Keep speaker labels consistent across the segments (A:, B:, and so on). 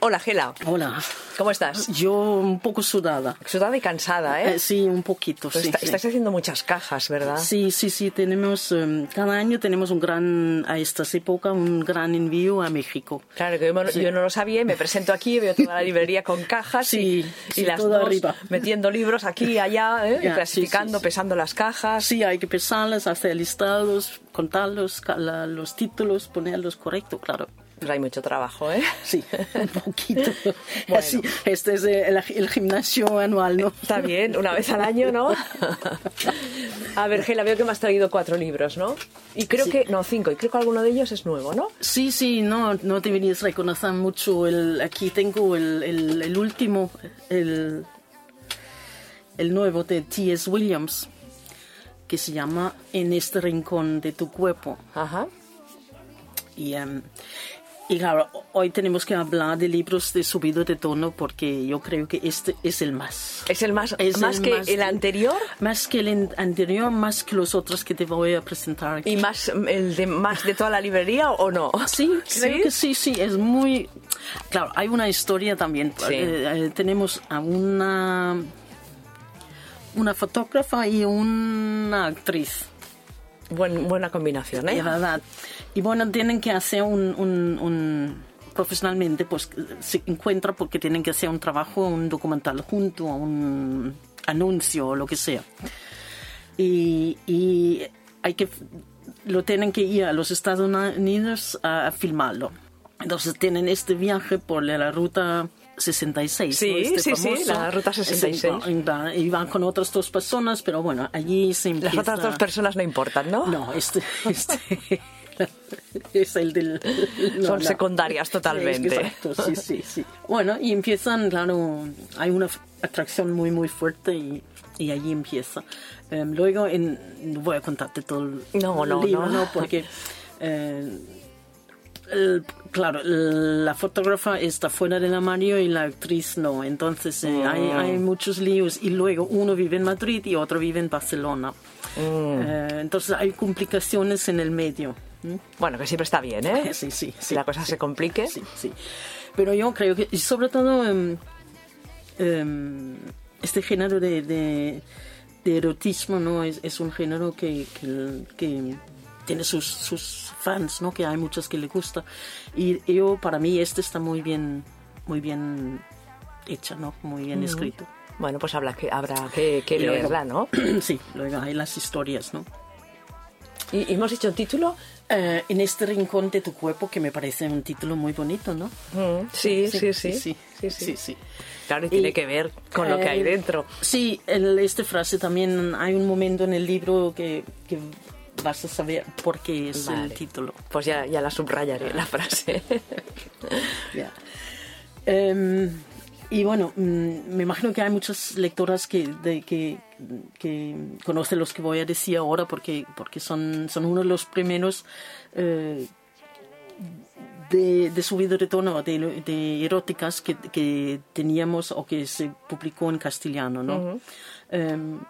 A: Hola, Gela.
B: Hola.
A: ¿Cómo estás?
B: Yo un poco sudada.
A: Sudada y cansada, ¿eh?
B: Eh, sí, un poquito.
A: Pues
B: sí,
A: está-
B: sí.
A: Estás haciendo muchas cajas, ¿verdad?
B: Sí, sí, sí, tenemos, em, cada año tenemos un gran, a estas épocas, un gran envío a México.
A: Claro, que yo, me- yo no lo sabía y me presento aquí, veo toda la librería con cajas y-
B: Sí,
A: y,
B: sí,
A: las
B: todo
A: dos
B: arriba.
A: metiendo libros aquí y allá, ¿eh? Y
B: Ya, sí,
A: clasificando,
B: sí, sí.
A: pesando las cajas.
B: Sí, hay que pesarlas, hacer listados, contarlos, ca- la- los títulos, ponerlos correctos, claro.
A: Pues hay mucho trabajo, ¿eh?
B: Sí, un poquito.
A: Bueno.
B: Así, este es eh, el, el gimnasio anual, ¿no?
A: Está bien, una vez al año, ¿no? A ver, Gela, veo que me has traído cuatro libros, ¿no? Y creo
B: Sí.
A: que, no, cinco, y creo que alguno de ellos es nuevo, ¿no?
B: Sí, sí, no, no deberías reconocer mucho. El, aquí tengo el, el- el último, el, el nuevo de T.S. Williams, que se llama En este rincón de tu cuerpo.
A: Ajá.
B: Y, em, y claro, hoy tenemos que hablar de libros de subido de tono porque yo creo que este es el más.
A: Es el más,
B: Es
A: más que el
B: de-
A: anterior
B: Más que el en- anterior, más que los otros que te voy a presentar aquí.
A: y más el de más de toda la librería o no.
B: Ah, Sí, creo que sí, sí, es muy... Claro, hay una historia también.
A: Sí.
B: Eh, eh, tenemos a una, una fotógrafa y una actriz,
A: Buen- buena combinación,
B: de
A: ¿eh?
B: verdad. Y bueno, tienen que hacer un... un- un- profesionalmente, pues se encuentra porque tienen que hacer un trabajo, un documental junto, un anuncio o lo que sea. Y, y hay que lo tienen que ir a los Estados Unidos a, a filmarlo. Entonces tienen este viaje por la ruta 66.
A: Sí,
B: ¿no?
A: sí,
B: Este
A: sí, la ruta 66.
B: Es en- en- Y van con otras dos personas, pero bueno, allí se empieza...
A: Las otras dos personas no importan, ¿no?
B: No, este, este es el del... no,
A: Son
B: no.
A: secundarias totalmente.
B: Exacto, sí, sí, sí. Bueno, y empiezan, claro, hay una f- atracción muy, muy fuerte y, y allí empieza. Em, luego, en, no voy a contarte todo el
A: No, no,
B: libro,
A: no.
B: Porque, eh, el- claro, el- la fotógrafa está fuera del armario y la actriz no. Entonces, eh, hay,
A: Mm.
B: hay muchos líos. Y luego, uno vive en Madrid y otro vive en Barcelona.
A: Mm.
B: Eh, entonces, hay complicaciones en el medio. ¿m?
A: Bueno, que siempre está bien, ¿eh?
B: Sí, sí,
A: Si
B: sí.
A: Mm. la cosa se complique.
B: Sí, sí. Pero yo creo que, y sobre todo, em, em, este género de, de- de erotismo no es, es un género que, que- que tiene sus, sus fans, ¿no? que hay muchos que le gusta. Y yo, para mí, este está muy bien, muy bien hecha, ¿no? muy bien escrito.
A: Bueno, pues habla que, habrá que, que
B: Y luego-
A: leerla, ¿no?
B: sí, luego hay las historias, ¿no?
A: Y, y hemos dicho el título.
B: Eh, en este rincón de tu cuerpo, que me parece un título muy bonito, ¿no?
A: Mm, Sí, sí, sí.
B: sí, sí, sí, sí.
A: Claro, y tiene
B: Y-
A: que ver con lo que hay
B: Eh,
A: dentro.
B: Sí, el- esta frase también hay un momento en el libro que, que vas a saber por qué es
A: Vale.
B: el título.
A: Pues ya, ya la subrayaré la frase.
B: Em, y bueno, mm, me imagino que hay muchas lectoras que, de- que, que conocen los que voy a decir ahora porque, porque son, son uno de los primeros eh, de, de subido de tono, de, de eróticas que, que teníamos o que se publicó en castellano. ¿no? Em,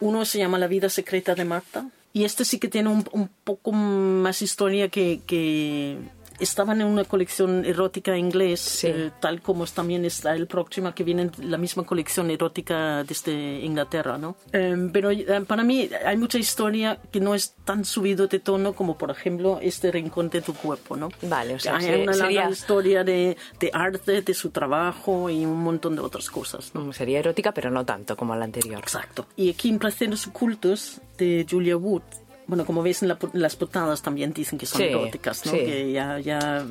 B: uno se llama La vida secreta de Marta y este sí que tiene un, un poco más historia que, que estaban en una colección erótica inglés, eh, tal como también está el próximo que viene en la misma colección erótica desde Inglaterra. ¿no? Em, pero eh, para mí hay mucha historia que no es tan subido de tono como por ejemplo este rincón de tu cuerpo. ¿no?
A: Vale, o sea,
B: hay
A: se-
B: una larga
A: sería-
B: historia de, de arte, de su trabajo y un montón de otras cosas. ¿no?
A: Mm, Sería erótica, pero no tanto como la anterior.
B: Exacto. Y aquí en Placeres Ocultos de Julia Wood. Bueno, como ves en la pu- las portadas también dicen que son
A: Sí,
B: eróticas, ¿no?
A: sí.
B: Que ya, ya,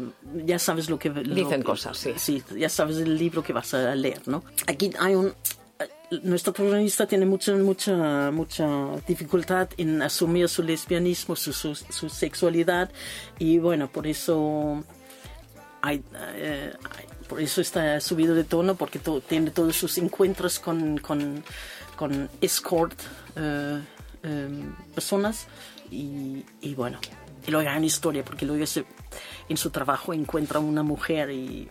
B: ya sabes lo que... lo
A: Dicen
B: que-
A: cosas, sí.
B: Sí, ya sabes el libro que vas a leer, ¿no? Aquí hay un... Nuestro protagonista tiene mucha, mucha, mucha dificultad en asumir su lesbianismo, su, su, su sexualidad y bueno, por eso hay, eh, hay- por eso está subido de tono, porque to- tiene todos sus encuentros con, con, con escort eh, eh, personas y, y bueno, y luego hay una historia, porque luego se- en su trabajo encuentra una mujer y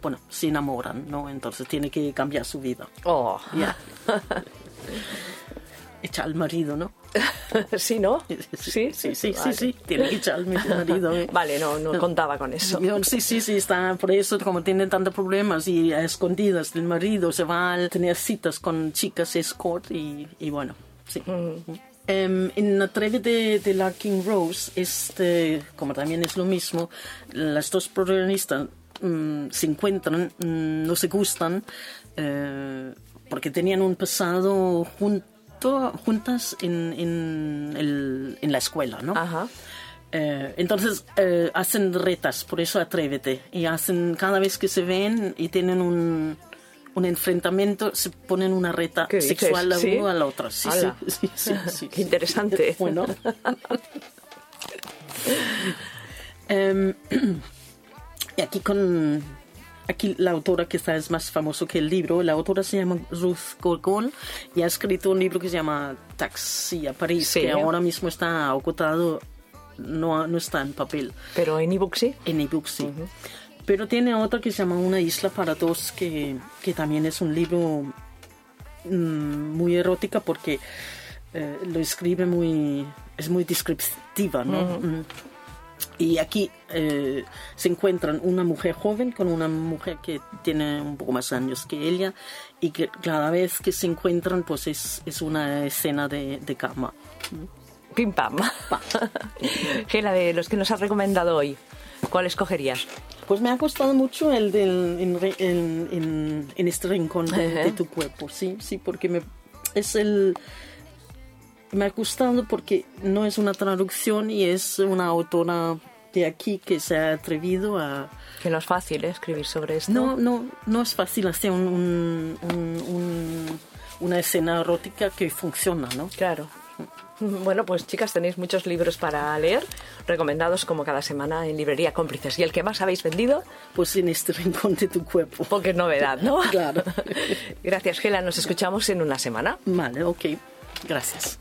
B: bueno, se Oh. enamoran, ¿no? Entonces tiene que cambiar su vida.
A: Oh,
B: Ya. echa al marido, ¿no?
A: sí, ¿no?
B: Sí, sí, sí,
A: Vale.
B: sí, sí, tiene que echar al marido. ¿eh?
A: Vale, no, no contaba con eso.
B: Yo, Sí, sí, sí, está por eso, como tiene tantos problemas y a escondidas del marido, se va a tener citas con chicas escort y, y bueno, sí.
A: Mm.
B: Em, en la treve de, de la King Rose, este, como también es lo mismo, las dos protagonistas mm, se encuentran, mm, no se gustan, eh, porque tenían un pasado junto, juntas en, en, el- en la escuela, ¿no?
A: Ajá.
B: Eh, entonces eh, hacen retas, por eso atrévete. Y hacen cada vez que se ven y tienen un, un enfrentamiento, se ponen una reta
A: ¿Qué dices?
B: sexual a
A: ¿Sí?
B: uno al otro. Sí,
A: Ala.
B: sí, sí, sí, sí.
A: Qué interesante.
B: Bueno. Em, y aquí con aquí la autora que está es más famoso que el libro. La autora se llama Ruth Gorgon y ha escrito un libro que se llama Taxi a París,
A: Sí.
B: que ahora mismo está agotado, no, no está en papel,
A: Pero en ebook sí.
B: en ebook sí. Pero tiene otra que se llama Una isla para dos, que, que también es un libro mm, muy erótica porque eh, lo escribe muy es muy descriptiva ¿no? Mm. y aquí eh, se encuentran una mujer joven con una mujer que tiene un poco más años que ella y que cada vez que se encuentran pues es, es una escena de, de cama
A: Pim pam. Gela, de los que nos has recomendado hoy, ¿cuál escogerías?
B: pues me ha costado mucho el del en, re- en- en- en este rincón de,
A: Ajá.
B: de tu cuerpo sí sí porque me es el me ha gustado porque no es una traducción y es una autora de aquí que se ha atrevido a...
A: Que no es fácil ¿eh? escribir sobre esto.
B: No, no, no es fácil hacer un- un- un- un- una escena erótica que funciona, ¿no?
A: Claro. Bueno, pues chicas, tenéis muchos libros para leer, recomendados como cada semana en Librería Cómplices. Y el que más habéis vendido,
B: Pues en este rincón de tu cuerpo.
A: porque es novedad, ¿no?
B: Claro.
A: Gracias, Gela. Nos escuchamos en una semana.
B: Vale, ok. Gracias.